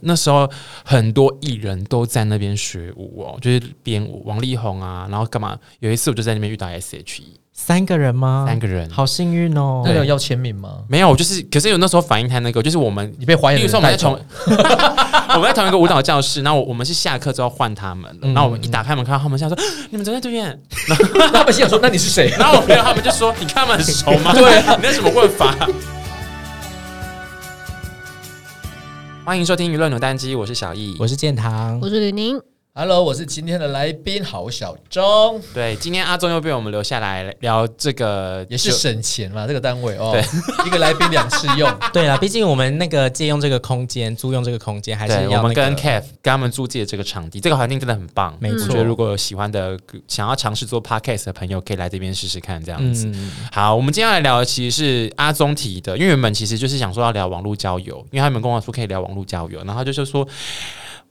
那时候很多艺人都在那边学舞哦，就是编舞，王力宏啊，然后干嘛？有一次我就在那边遇到 S.H.E 三个人吗？三个人，啊好幸运哦对那。个要签名吗？没有，我就是，可是有那时候反应太那个，就是我们你被怀疑比如人说我们带在同 走，我们在同一个舞蹈教室，然后我我们是下课之后换他们的，嗯然后我们一打开门看到他们，想说 你们怎么在对面？他们心想 说：“那你是谁然后我朋友他们就说 你看他们很熟吗？对、啊，你那什么问法？ 欢迎收听娱乐扭蛋机，我是小易。我是建堂我，是吕宁， ？”Hello，我是今天的来宾郝小钟，对，今天阿忠又被我们留下来聊这个，也是就省钱嘛，这个单位哦，一个来宾两次用，对啊啦，毕竟我们那个借用这个空间，租用这个空间，还是对，要、那我们跟个 Kev 跟他们租借这个场地，这个环境真的很棒。没我错觉得如果有喜欢的、想要尝试做 podcast 的朋友，可以来这边试试看，这样子。嗯，好，我们今天要来聊的其实是阿宗提的，因为原本其实就是想说要聊网络交友，因为他们跟我说可以聊网络交友，然后他就是说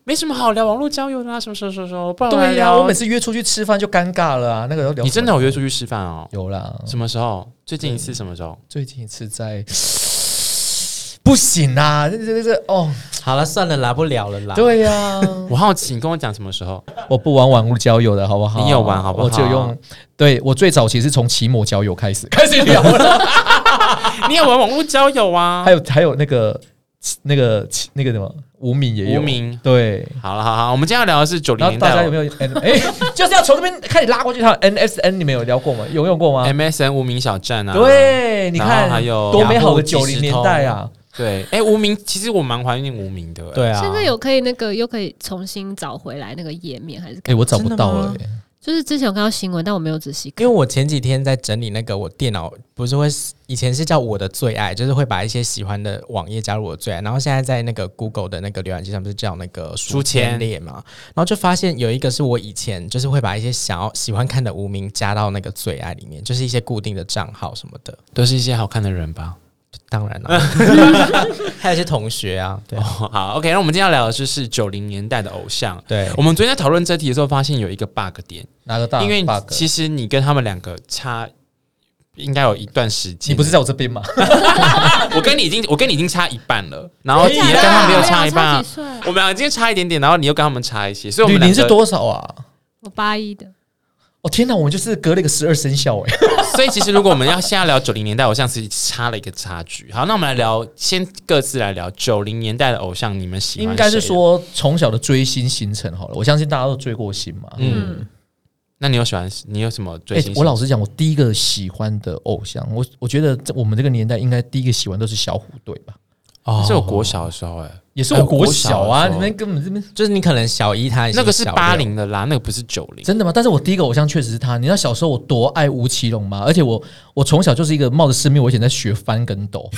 没什么好聊网络交友的、啊，什么什么什么什么，不然我们来对呀、聊。我每次约出去吃饭就尴尬了啊，那个要聊你真什的么有约出去吃饭哦？嗯有啦，什么时候？最近一次什么时候？最近一次在。 不行啊，这这这哦，好了，算了啦，不聊了啊啦。对呀、 我好奇，你跟我讲什么时 候？我不玩网络交友的好不好？你有玩好不好我只有用，对我最早其实是从奇摩交友开始开始 聊了，你有玩网络交友啊？还有还有那个那个那个什么无名也有，无名对。好了，好好，我们今天要聊的是九零然后年大家代哦有没有 N？哎、 就是要从这边开始拉过去。它 NSN 你们有聊过吗？有用过吗？ MSN 无名小站啊。对，你然看后还有多美好的雅虎九即时零通年代啊！对，哎、无名，其实我蛮怀念无名的、对啊，现在有可以那个又可以重新找回来那个页面，还是哎、我找不到了、真哎就是之前有看到新闻，但我没有仔细看因为。我前几天在整理那个我电脑，不是会以前是叫我的最爱，就是会把一些喜欢的网页加入我的最爱，然后现在在那个 Google 的那个浏览器上不是叫那个书书签签列嘛，然后就发现有一个是我以前就是会把一些想要喜欢看的无名加到那个最爱里面，就是一些固定的账号什么的。都是一些好看的人吧。 当然了，还有一些同学 啊，对哦，好，OK，那我们今天要聊的就是九零年代的偶像。对，我们昨天在讨论这题的时候，发现有一个 bug 点，哪个大？因为 bug 其实你跟他们两个差应该有一段时间。你不是在我这边吗？ 我跟你已经我跟你已经差一半了，然后可你以又啦跟啊他们又啊差一我半几，岁啊？我们两个今天差一点点，然后你又跟他们差一些，所以我吕们两宁是个，多少啊？我八一的，哦天哪，我们就是隔了一个十二生肖 哎、所以其实如果我们要现在聊九零年代偶像，其实差了一个差距。好，那我们来聊，先各自来聊九零年代的偶像，你们喜欢？应该是，说从小的追星行程好了，我相信大家都追过星嘛。嗯，嗯，那你有喜欢？你有什么追哎、星？我老实讲，我第一个喜欢的偶像，我我觉得在我们这个年代应该第一个喜欢都是小虎队吧，哦是我国小的时候、哎。也是我国小啊，哎我国小的时候你们根本这边就是你可能小一他已经那个是小六八，零的啦，那个不是九零。真的吗？但是我第一个偶像确实是他。你知道小时候我多爱吴奇隆吗？而且我我从小就是一个冒着生命危险在学翻跟斗。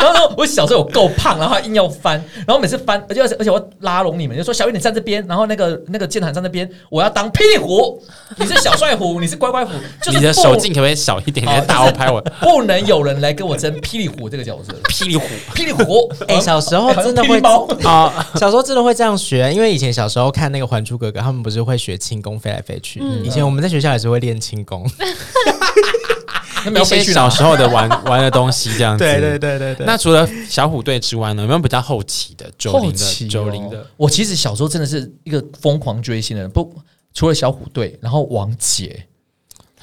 然后呢，我小时候有够胖，然后他硬要翻，然后每次翻，而且而且我要拉拢你们，就说小雨你站这边，然后那个那个建涵站那边，我要当霹雳虎，你是小帅虎，你是乖乖虎，就是你的不手劲可不可以小一点？好你在打我拍我，不能有人来跟我争霹雳虎这个角色，霹 雳虎霹雳虎，哎、小时候真的 霹会 雳猫啊！ 小时候真的会这样学，因为以前小时候看那个《还珠格格》，他们不是会学轻功飞来飞去。以前我们在学校也是会练 轻功。那没一有些飞去小哪？时候的玩 玩的东西这样子。对对对那除了小虎队之外呢，有没有比较后期的九零后的期哦九零的？，我其实小时候真的是一个疯狂追星的人，不除了小虎队，然后王杰，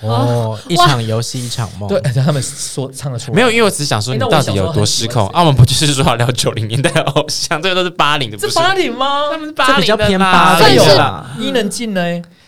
哦，一哇场游戏一场梦。 对，他们说唱得出来哦没有，因为我只是想说哎你那我到底有多失控。小时候很喜欢啊，谁我们不就是说要聊九零年代的偶像，这个都是八零的，不这是？八零吗？们是啊这比较偏八算算是有吧啦。伊能静呢？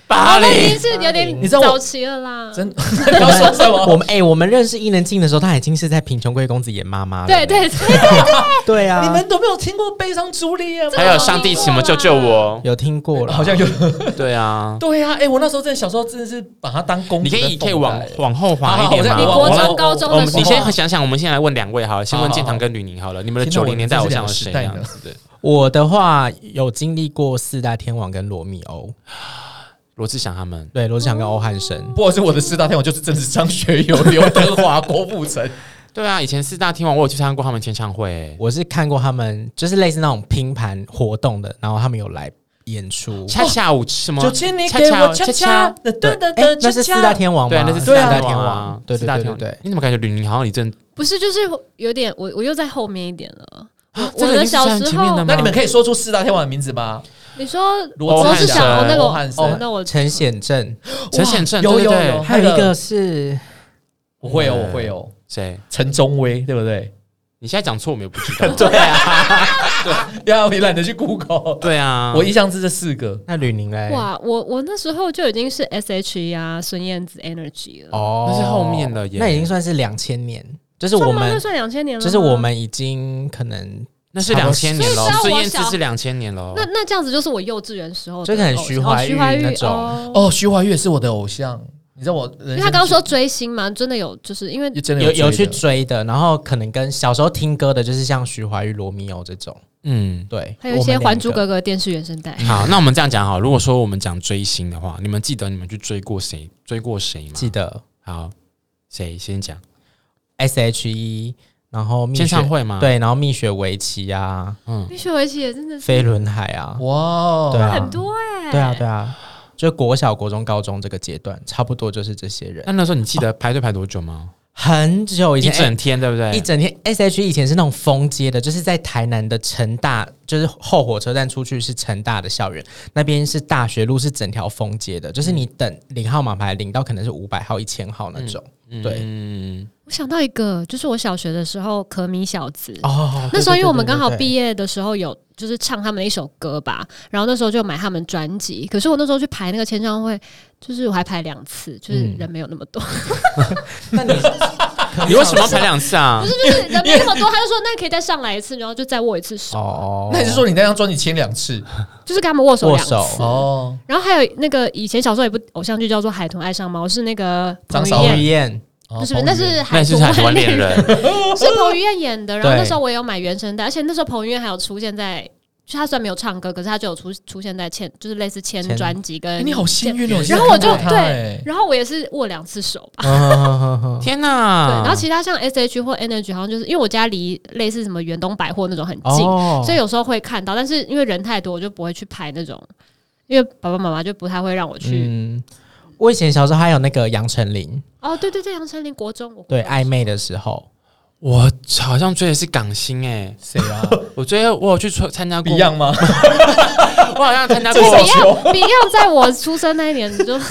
八哦那已经零。是有点你知道我早期了啦。 真你要说什么？我们哎、我们认识伊能静的时候，她已经是在《贫穷贵公子》演妈妈了。对对对，对啊，你们都没有听过《悲伤朱丽叶》吗？还有上帝，请我救救我！有听过了？好像有。 对啊，对呀、啊，哎、我那时候真的小时候真的是把它当公主你可在以奉可以往待往后滑一好好点吗？你我国我中、们高中我的们时候，你先想想，我们先来问两位好了，先问好好建堂跟吕宁好了，你们的天九哪零年代偶像有我谁这们是样两个子的？我的话有经历过四大天王跟罗密欧，罗志祥他们，对，罗志祥跟欧汉声。不好意思，我的四大天王就是政治张学友、刘德华、郭富城。对啊，以前四大天王我有去参加过他们签唱会、欸，我是看过他们，就是类似那种拼盘活动的，然后他们有来演出。恰恰舞什么？就请你给我恰恰，噔对，噔诶噔，那是四大天王吗？对啊，那是四四大大天天王啊王，，对四对大对天对王对。你怎么感觉吕宁好像你正不是就是有点我我又在后面一点了。啊我的小时候那你们可以说出四大天王的名字吗？你说罗罗志志祥祥哦那个罗汉声哦那我哦陈显正，陈显正有对有对对有，还有一那个是我会哦，我会哦，谁？陈忠威对不对？你现在讲错，我们也不知道。对啊，对啊，我也懒得去 Google。对啊，我印象是这四个，那吕宁嘞，哇，我我那时候就已经是 S H E 啊，孙燕姿 Energy 了。哦那是后面的耶那已经算是两千年，就是算我吗？那们算两千年了吗，就是我们已经可能那是两千年所了以，只孙要我燕姿是两千年了哦那。那这样子就是我幼稚园时候的偶就像，可能徐怀哦钰徐怀钰那种哦哦，徐怀钰是我的偶像，你知道我人生，因为他刚刚说追星嘛，真的有，就是因为就真的有有有去追的追的，然后可能跟小时候听歌的，就是像徐怀钰、罗密欧这种，嗯，对，还有一我们些《两还珠个格格》电视原声带。嗯 好，那我们这样讲好。如果说我们讲追星的话，你们记得你们去追过谁？追过谁吗？记得好，谁先讲？ S H E，然后蜜签雪唱会吗？，对，然后蜜雪围棋啊，嗯，蜜雪围棋也真的是飞轮海啊，哇哦，对啊很多哎、对啊，对啊，就国小、国中、高中这个阶段，差不多就是这些人。那那时候你记得排队排多久吗？很久以一前，整天，对不哎一对？整天 S H 以前是那种封街的，就是在台南的成大，就是后火车站出去是成大的校园，那边是大学路，是整条封街的，就是你等领号码牌领到可能是五百号、一千号那种。对嗯，我想到一个，就是我小学的时候，可米小子。嗯哦，那时候因为我们刚好业。毕业的时候有就是唱他们的一首歌吧，然后那时候就买他们专辑。可是我那时候去排那个签唱会，就是我还排两次，就是嗯人没有那么多，那你你为什么要排两次啊？ 就是人没那么 多，他就说那可以再上来一次，然后就再握一次手，哦 那你是说你那张专辑签两次就是跟他们握手握两次。手 哦？然后还有那个以前小时候有一部偶像剧叫做《海豚爱上猫》，是那个张彭于韶彭晏于 晏哦不是不是，那是那海是豚海豚恋人， 是彭于晏演的。然后对那时候我也有买原声带，而且那时候彭于晏还有出现在，就他虽然没有唱歌，可是他就有出出现在签，就是类似签签专辑跟、哎你好幸运哦！然后我就你竟看到他呃对哎，然后我也是握两次手嗯吧。彭于晏，天对，哪！然后其他像 S H 或 Energy 好像就是因为我家离类似什么远东百货那种很近，哦所以有时候会看到，但是因为人太多，我就不会去拍那种，因为爸爸妈妈就不太会让我去。嗯，我以前小时候还有那个杨丞琳，哦，对对对，杨丞琳国中我对暧昧的时候，我好像追的是港星哎， 谁啊 我追我有去参参加过？Beyond 吗？我好像参加这过， 是我 Beyond Beyond 在我出生那一年就啊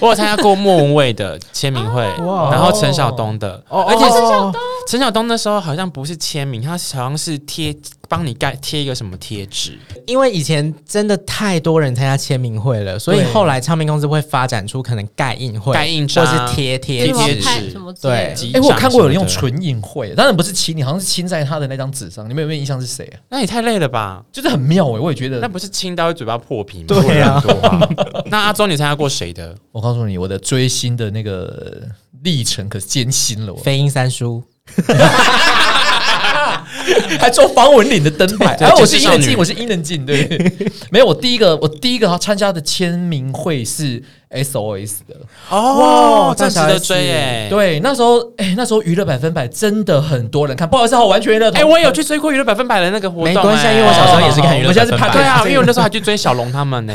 有参加过莫文蔚的签名会，哇哦然后陈晓东的，哦而且陈晓东陈晓东那时候好像不是签名，他好像是贴帮你盖贴一个什么贴纸，因为以前真的太多人参加签名会了，所以对后来唱片公司会发展出可能盖印会、盖印章或是贴贴贴什纸么贴纸拍什么之类的对。哎，我有看过有人用什么唇印会，当然不是亲你，好像是亲在他的那张纸上。你们有没有印象是谁啊？那也太累了吧？就是很妙哎，我也觉那得。不是亲到嘴巴破皮吗？对啊如果人很多话那阿周，你参加过谁的？我告诉你，我的追星的那个历程可艰辛了，我飞鹰三叔，还做方文岭的灯牌。对哎，我就是是伊少能女静，我是伊能静，对。 没有，我第一个我第一个参加的签名会是 SOS 的，哦正值大小得 S 追哎，对，那时候哎，那时候娱乐百分百真的很多人看，不好意思，我完全娱乐同。哎，我也有去追过娱乐百分百的那个活动，没关系啊，哎因为我小时候也是看娱乐我们现百在是分怕百，对啊，这个因为我那时候还去追小龙他们呢、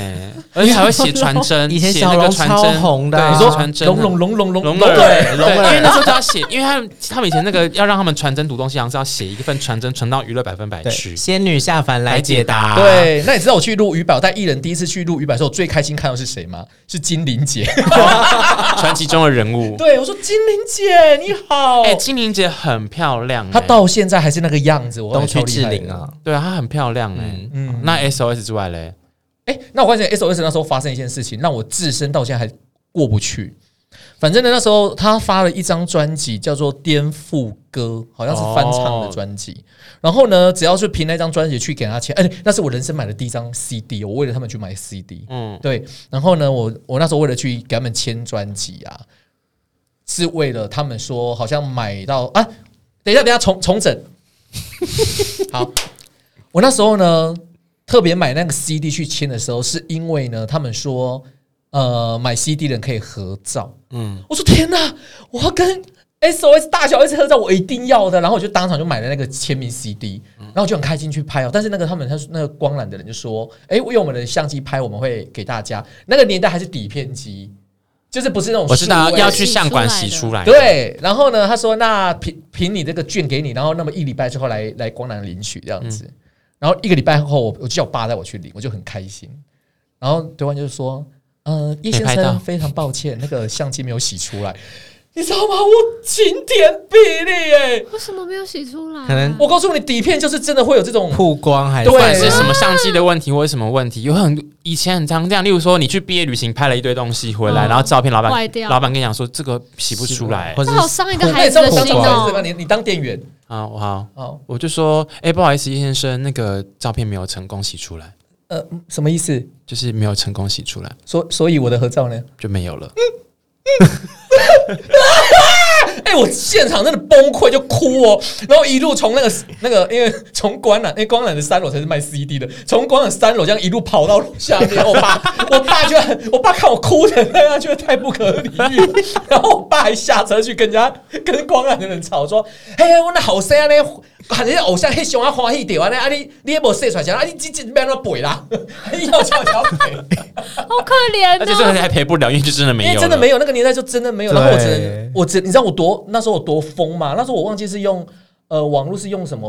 而且还会写传真，以前写小那个龙传超真。红的啊，你对说传真啊龙龙龙龙龙龙龙儿，对，对龙因为那儿，时候都要写，因为他们他们以前那个要让他们传真读东西，好像是要写一份传真传到娱乐百分百对去仙女下凡来解来答，解答对。那你知道我去录鱼百，我带艺人第一次去录鱼百的时候，我最开心看到是谁吗？是金玲姐。哦传奇中的人物。对，我说金玲姐你好，哎，金玲姐很漂亮、她哎到现在还是那个样子，我东区志志玲，啊，对啊，她很漂亮哎、嗯嗯。那 SOS 之外嘞，哎，那我发现 SOS 那时候发生一件事情，让我自身到现在还过不去。反正呢，那时候他发了一张专辑，叫做《颠覆歌》，好像是翻唱的专辑。然后呢，只要是凭那张专辑去给他签，哎、那是我人生买的第一张 CD，我为了他们去买 CD。嗯，对，然后呢，我我那时候为了去给他们签专辑啊，是为了他们说好像买到啊，等一下，等一下，重重整。 好，我那时候呢特别买那个 CD 去签的时候，是因为呢他们说呃买 CD 的人可以合照，嗯，我说天哪，我要跟 SOS 大小 S 合照，我一定要的。然后我就当场就买了那个签名 CD，然后我就很开心去拍哦。但是那个他们他说那个光缆的人就说，哎、我用我们的相机拍，我们会给大家。那个年代还是底片机。就是不是那种我知道啊数位要去相馆洗出来，，对，然后呢，他说那凭凭你这个券给你，然后那么一礼拜之后来来光南领取这样子，嗯然后一个礼拜后我我叫我爸带我去领，我就很开心。然后对方就说：“呃，叶先没拍到生，非常抱歉，那个相机没有洗出来，你知道吗？我晴天霹雳耶！为什么没有洗出来啊？可能我告诉你，底片就是真的会有这种曝光还是不对啊管是什么相机的问题或者什么问题，有很以前很常这样。例如说，你去毕业旅行拍了一堆东西回来，嗯然后照片老板坏掉老板跟你讲说这个洗不出来或者这是好伤一个那孩你子知道的我当心总哦裁是吧？。你你当店员啊，我好，哦，我就说，哎、不好意思，叶先生，那个照片没有成功洗出来，呃，什么意思？就是没有成功洗出来所所以我的合照呢？就没有了。哎、我现场真的崩溃就哭哦，然后一路从那个那个，因为从光缆，因为光缆的三楼才是卖 CD 的，从光缆三楼这样一路跑到楼下面，我爸，我爸居然，我爸看我哭成那样，觉得太不可理喻了。 然后我爸还下车去跟人家跟光缆的人吵说：“哎呀，我那后生呢，喊人家偶像迄熊啊欢喜掉啊，那啊你你也无说出来，啊你这这要怎背啦？ 你要叫叫背。”好可怜而且这个哦！还赔不了，因为就真的没因有了，为真的没有那个年代就真的没有，对然后我只能我只你知道我多那时候我多疯嘛？那时候我忘记是用呃网络是用什么，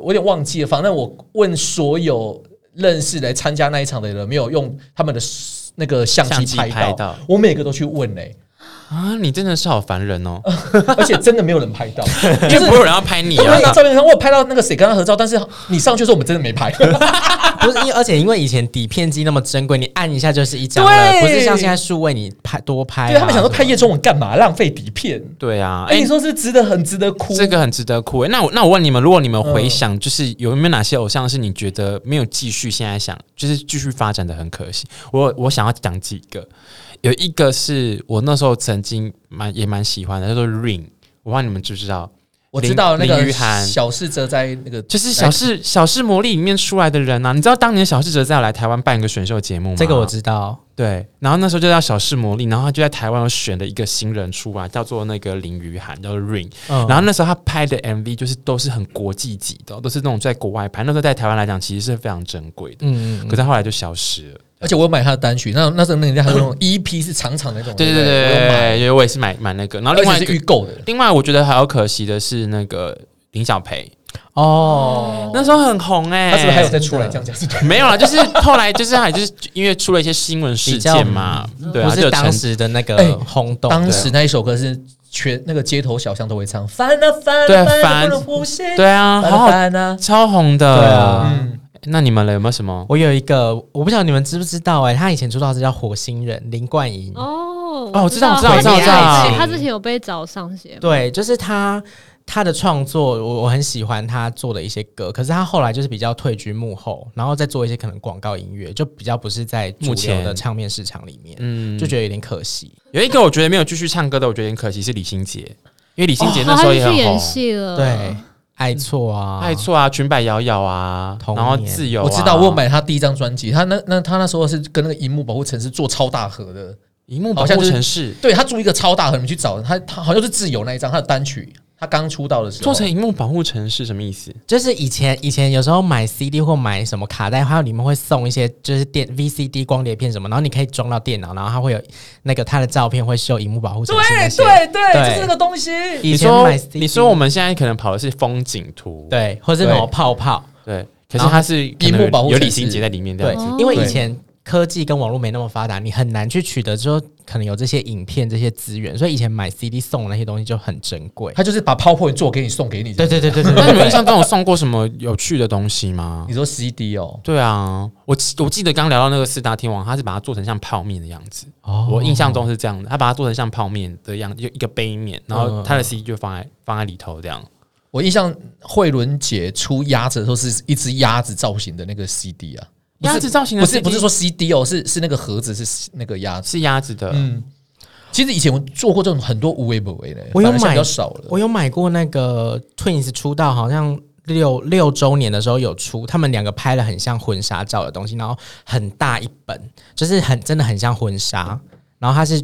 我有点忘记了。反正我问所有认识来参加那一场的人，没有用他们的那个相相机机拍到，拍到我每个都去问嘞、啊！你真的是好烦人哦，而且真的没有人 拍到，因为就是不会有人要拍你他们啊那。照片上我有拍到那个谁跟他合照，但是你上去的时候我们真的没 拍。不是因为，而且因为以前底片机那么珍贵，你按一下就是一张了，对不是像现在数位你拍多拍啊。对他们想什么说拍夜中文干嘛，浪费底片。对啊，哎、哎、你说是值得很值得哭，嗯这个很值得哭、哎那我那我问你们，如果你们回想，就是有没有哪些偶像是你觉得没有继续，现在想就是继续发展的很可惜？我我想要讲几个，有一个是我那时候曾经蛮也蛮喜欢的，叫做 Rain，我不知道你们知不知道？我知道那林个林雨涵小四哲在那个就是小四小四魔力里面出来的人啊，你知道当年小四哲在来台湾办一个选秀节目吗？这个我知道，对，然后那时候就叫小四魔力，然后他就在台湾有选了一个新人出来，叫做那个林雨涵，叫做 Rain。嗯然后那时候他拍的 MV 就是都是很国际级的哦，都是那种在国外拍，那时候在台湾来讲其实是非常珍贵的。嗯嗯可是他后来就消失了。而且我有买他的单曲，那那时候那个年代还 有那种 EP 是长长的那种，对不对对我有买对，因为我也是买买那个。然后另外而一且个是哎预，购的，另外我觉得还有可惜的是那个林小培，哦，那时候很红哎、他是不是还有再出来这样讲？ 没有啦，就是后来就是还就是因为出了一些新闻事件嘛，对啊，不就是有当成时的那哎个轰动，啊当时那一首歌是全那个街头小巷都会唱，翻啊翻啊，对啊翻不能呼吸，对啊，翻好啊好翻啊，超红的。对啊嗯，那你们嘞有没有什么？我有一个，我不晓得你们知不知道哎、他以前出道是叫火星人林冠莹，哦哦我知道我知道毁我灭知道爱我知道情他之前有被找上节目，对，就是他他的创作，我我很喜欢他做的一些歌，可是他后来就是比较退居幕后，然后再做一些可能广告音乐，就比较不是在主目流前的唱片市场里面，嗯就觉得有点可惜。有一个我觉得没有继续唱歌的，我觉得很可惜是李心洁，因为李心洁那哦时候他也就很去演红，戏嗯了，对，爱错啊，爱错啊，裙摆摇摇啊，童然后年自由啊、我知道，我有买他第一张专辑，他那那他那时候是跟那个荧幕保护城市做超大盒的，荧幕保好像护就是城市。对他做一个超大盒，你们去找他，他好像是自由那一张他的单曲，他刚出道的时候做成荧幕保护城市什么意思？就是以前以前有时候买 CD 或买什么卡带，还有里面会送一些就是电 VCD 光碟片什么，然后你可以装到电脑，然后它会有那个他的照片会秀荧幕保护对程式那些。对对，对哎就是那个东西，以你前说买 CD，你说我们现在可能跑的是风景图，对，或者是那种泡泡，对，可是它是可荧幕能保护有有城李心市洁在里面这对样子，，因为对以前科技跟网络没那么发达，你很难去取得说可能有这些影片这些资源，所以以前买 CD 送的那些东西就很珍贵。他就是把 PowerPoint 做给你送给你，对对对对对那对你们印对，象中有送过什么有趣的东西吗你？说 CD 哦，对啊，我记我记得刚聊到那个四大天王，他是把它做成像泡面的样子。哦我印象中是这样的，他把它做成像泡面的样子，就一个杯面，然后他的 CD 就放在、放在里头这样。我印象慧伦姐出鸭子的时候是一只鸭子造型的那个 CD 啊，不是鸭子造型的不是 CD 不是说 CD 哦，是是那个盒子是那个鸭子。是鸭子的，嗯，其实以前我做过这种很多无为不为的，我有反而现在买比较少了。我有买过那个 Twins 出道好像。六六周年的时候有出，他们两个拍了很像婚纱照的东西，然后很大一本，就是很真的很像婚纱，然后它是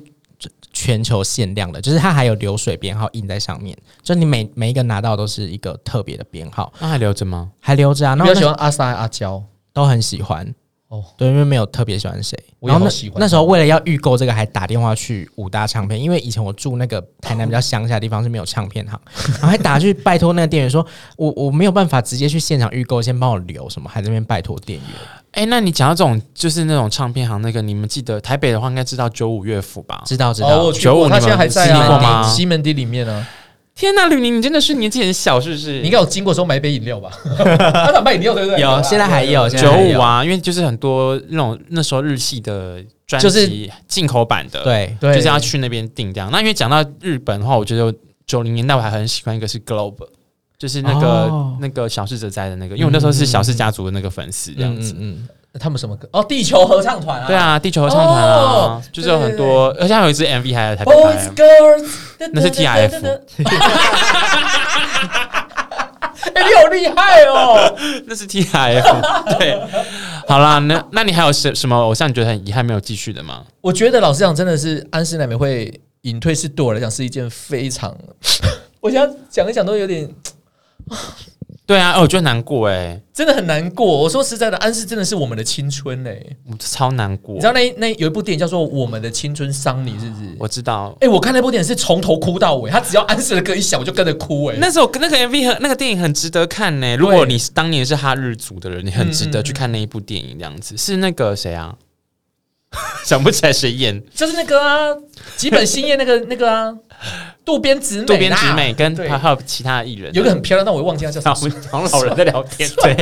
全球限量的，就是它还有流水编号印在上面，就你每每一个拿到都是一个特别的编号，那还留着吗？还留着啊。你然比后那较喜欢阿三阿娇都很喜欢，哦，对，因为没有特别喜欢谁。我也好然后那喜欢那时候为了要预购这个，还打电话去五大唱片，因为以前我住那个台南比较乡下的地方是没有唱片行，然后还打去拜托那个店员说，我我没有办法直接去现场预购，先帮我留什么，还在那边拜托店员。哎、那你讲到这种就是那种唱片行那个，你们记得台北的话应该知道九五乐府吧？知道知哦，道，我去过95他现在还在你们经历过啊，吗西门町里面啊。天呐、吕宁，你真的是年纪很小是不是？你应该有经过的时候买一杯饮料吧？他想卖饮料对不对？有现在还有现在九还有五啊，因为就是很多那种那时候日系的专就是辑进口版的，，对，对，就是要去那边订这样。那因为讲到日本的话，我觉得九零年代我还很喜欢一个是 Globe，就是那个、哦那个小室哲哉的那个，因为我那时候是小室家族的那个粉丝这样嗯子。嗯嗯，他们什么歌？哦，地球合唱团啊。对。啊，地球合唱团啊，哦就是有很多，而且还有一支 MV 还在台北 Boys 拍。 Girls，那是 TRF 哎，你好厉害哦！那是 T I F。对，好啦，那那你还有什什么偶像你觉得很遗憾没有继续的吗？我觉得老实讲，真的是安室奈美惠隐退是对我来讲是一件非常， 我想讲一讲都有点对啊，哎我觉得难过哎、真的很难过。我说实在的，安室真的是我们的青春嘞、我超难过你知。道那那有一部电影叫做《我们的青春伤你》，是不是？我知道，哎、我看那部电影是从头哭到尾，他只要安室的歌一响，我就跟着哭、哎，那时候那个 MV 很那个电影很值得看呢、如果你是当年是哈日族的人，你很值得去看那一部电影。这样嗯子是那个谁啊？ 想不起来谁 演就是那个啊，吉本兴业那个那个啊，渡边直美，渡边直美，跟对还有其他的艺人，有一个很漂亮，但我忘记她叫什像 么。唐老人在 聊天。对，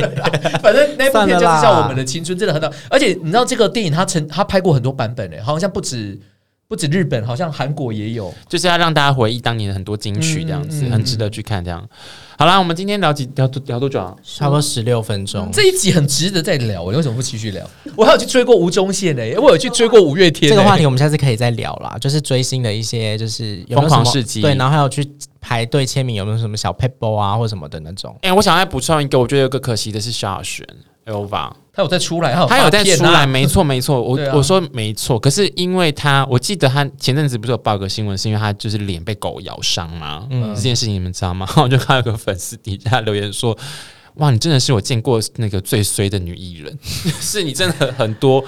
反正那部片就算是了叫啦《我们的青春》，真的很好。而且你知道这个电影，它曾它拍过很多版本诶、欸好像不止不止日本，好像韩国也有。就是要让大家回忆当年的很多金曲，这样子嗯嗯嗯很值得去看。这样，好啦，我们今天聊几聊多聊多久啊？差不多十六分钟。嗯这一集很值得再聊、你为什么不继续聊？我还有去追过吴宗宪诶、我有去追过五月天、这欸。个话题我们下次可以再聊啦，就是追星的一些就是有没有疯狂什么事迹对，然后还有去排队签名有没有什么小 paper 啊或什么的那种。哎、我想再补充一个，我觉得有个可惜的是萧亚轩 Elva，他有再出来，他有他有在发片出啊来，没错没错，我、对啊我说没错，可是因为他，我记得他前阵子不是有报个新闻，是因为他就是脸被狗咬伤吗？嗯，这件事情你们知道吗？然 后我就看到有个粉丝底下留言说。哇，你真的是我见过那个最衰的女艺人， 是你真的很很多，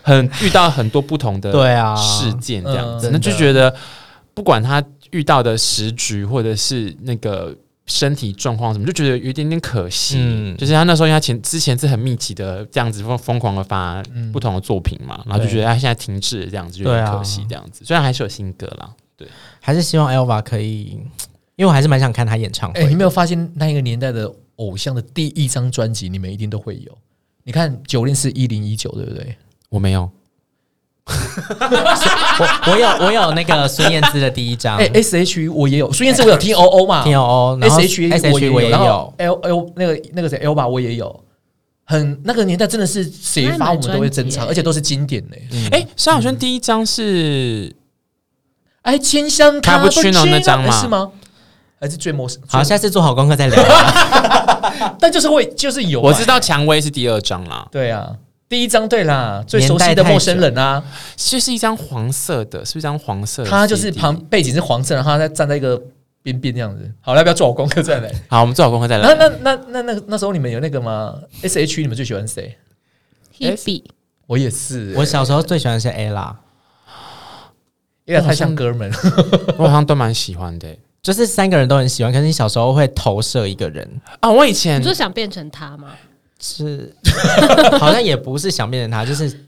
很遇到很多不同的对啊，事件这样子，嗯那就觉得不管他遇到的时局或者是那个身体状况什么，就觉得有一点点可惜。嗯就是他那时候因为他前之前是很密集的这样子疯疯狂的发嗯不同的作品嘛，然后就觉得哎他现在停滞了这样子，就有点可惜这样子。虽然还是有新歌啊啦，还是希望 Elva 可以，因为我还是蛮想看他演唱哎、会的。你没有发现那一个年代的偶像的第一张专辑，你们一定都会有。你看九零是一零一九，对不对？我没有，我我有我有那个孙燕姿的第一张， 哎、s h E 我也有，孙燕姿我有听 O O 嘛啊 听啊 O O，然后，S H E S 我 H 我也然后有， L L 那个那个谁 L 吧我也有，很那个年代真的是谁发我们都会珍藏，而那还蛮专辑耶且都是经典呢、哎、萧亚轩第一张是哎，千香卡布奇诺那张嘛哎嘛是吗？还是最陌生？好，最下次做好功课再 聊啊。但就是会就是有，啊我知。道蔷薇是第二张啦，对啊，第一张对啦，最熟悉年代的太陌生人啊，就是一张黄色的，是不是一张黄色的 CD？他就是旁背景是黄色，然后他在站在一个边边这样子。好了，要不要做好功课再来？好，我们做好功课再那来。那那那那那时候你们有那个吗？S H E 你们最喜欢谁？ Hebe 我也是、我小时候最喜欢是 Ella，因为太像哥们了。嗯我好像都蛮喜欢的、就是三个人都很喜欢，可是你小时候会投射一个人，啊，我以前你就想变成他吗？是 好像也不是想变成他，就是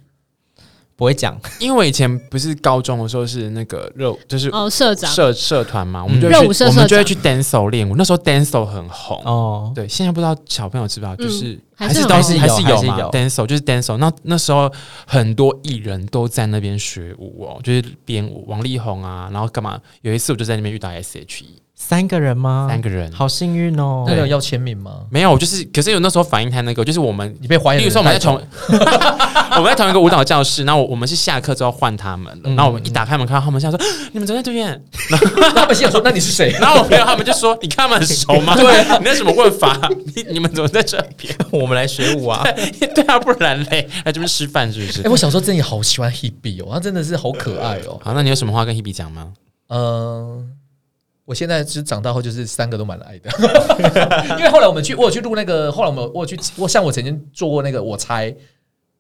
不会讲。因为我以前不是高中的时候是那个热，就是哦，社长，社社团嘛，我们就热会舞去社我社们就会长去 dance 练舞，那时候 dance 很红。哦，对，现在不知道小朋友知不知道，就是嗯还是是都很是红还是还有是嘛有，dance 就是 dance。那那时候很多艺人都在那边学舞哦，就是编舞，王力宏啊，然后干嘛？有一次我就在那边遇到 S.H.E 三个人吗？三个人，好幸运哦。那有 要签名吗？没有，就是可是有那时候反应太那个，就是我们你被哎怀疑。例如说我们在同， 我们在同一个舞蹈教室，然后我我们是下课之后换他们了，然后我们一嗯打开门看到他们，想说你们怎么在对面？ 他们心想说：“那你是谁然后我朋友他们就说：“你看他们很熟吗？对、你那什么问法？ 你你们怎么在这边？我们来学舞啊！对 啊，不然嘞，来这边吃饭是不？”是哎、？我小时候真的好喜欢 Hebe 哦，他真的是好可爱 哦。好，那你有什么话跟 Hebe 讲吗？嗯、我现在就是长大后就是三个都蛮爱 的，因为后来我们去，我有去录那个，后来我们我有去，我像我曾经做过那个我猜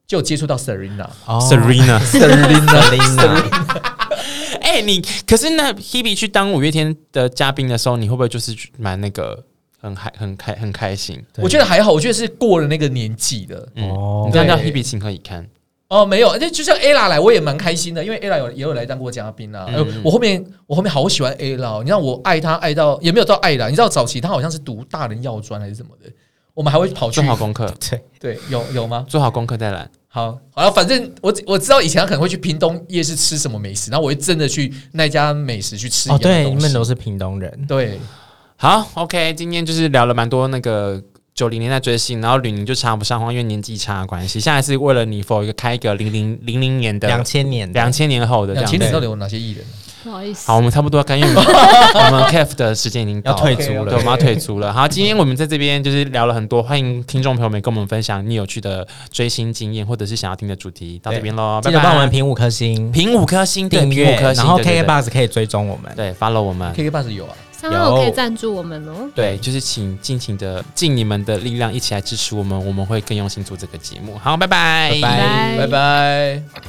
就有接触到 Serena。哦 Serena， Selina，哎、你可是那 Hebe 去当五月天的嘉宾的时候，你会不会就是去蛮那个很开很开很开心？嗯对我觉得还好，我觉得是过了那个年纪的。哦你这样叫对 Hebe 情何以堪？哦，没有，就就像 Ella 来，我也蛮开心的，因为 Ella 有也有来当过嘉宾啊。嗯呃我后面我后面好喜欢 Ella，哦你知道我爱她爱到也没有到爱啦，你知道早期她好像是读大人药专还是什么的，我们还会跑去做好功 课，对有有吗？做好功课再来。好，好了，反正我我知道以前她可能会去屏东夜市吃什么美食，然后我会真的去那家美食去吃一哦，样的东西。对，你们都是屏东人，对，好，OK，今天就是聊了蛮多那个九零年代追星，然后吕宁就插不上话，因为年纪差的关系。下一次为了你否一个开一个零零零零年两的千年的两千年后的这两样千子年到底有哪些艺人？不好意思好，，我们差不多该因为我 们我们 KF 的时间已经到要了退租了对，我们要退租了。好，今天我们在这边就是聊了很多，欢迎听众朋友们跟我们分享你有趣的追星经验，或者是想要听的主题。到这边喽，记拜得拜。帮我们评五颗星，评五颗星，对，订评阅五颗，星，然后对对 KK 对 Box 可以追踪我们。对 follow 我们。 KK Bus 有啊，三号可以有赞助我们哦。对，就是请尽情的尽你们的力量一起来支持我们，我们会更用心做这个节目。好，拜拜，拜拜拜拜。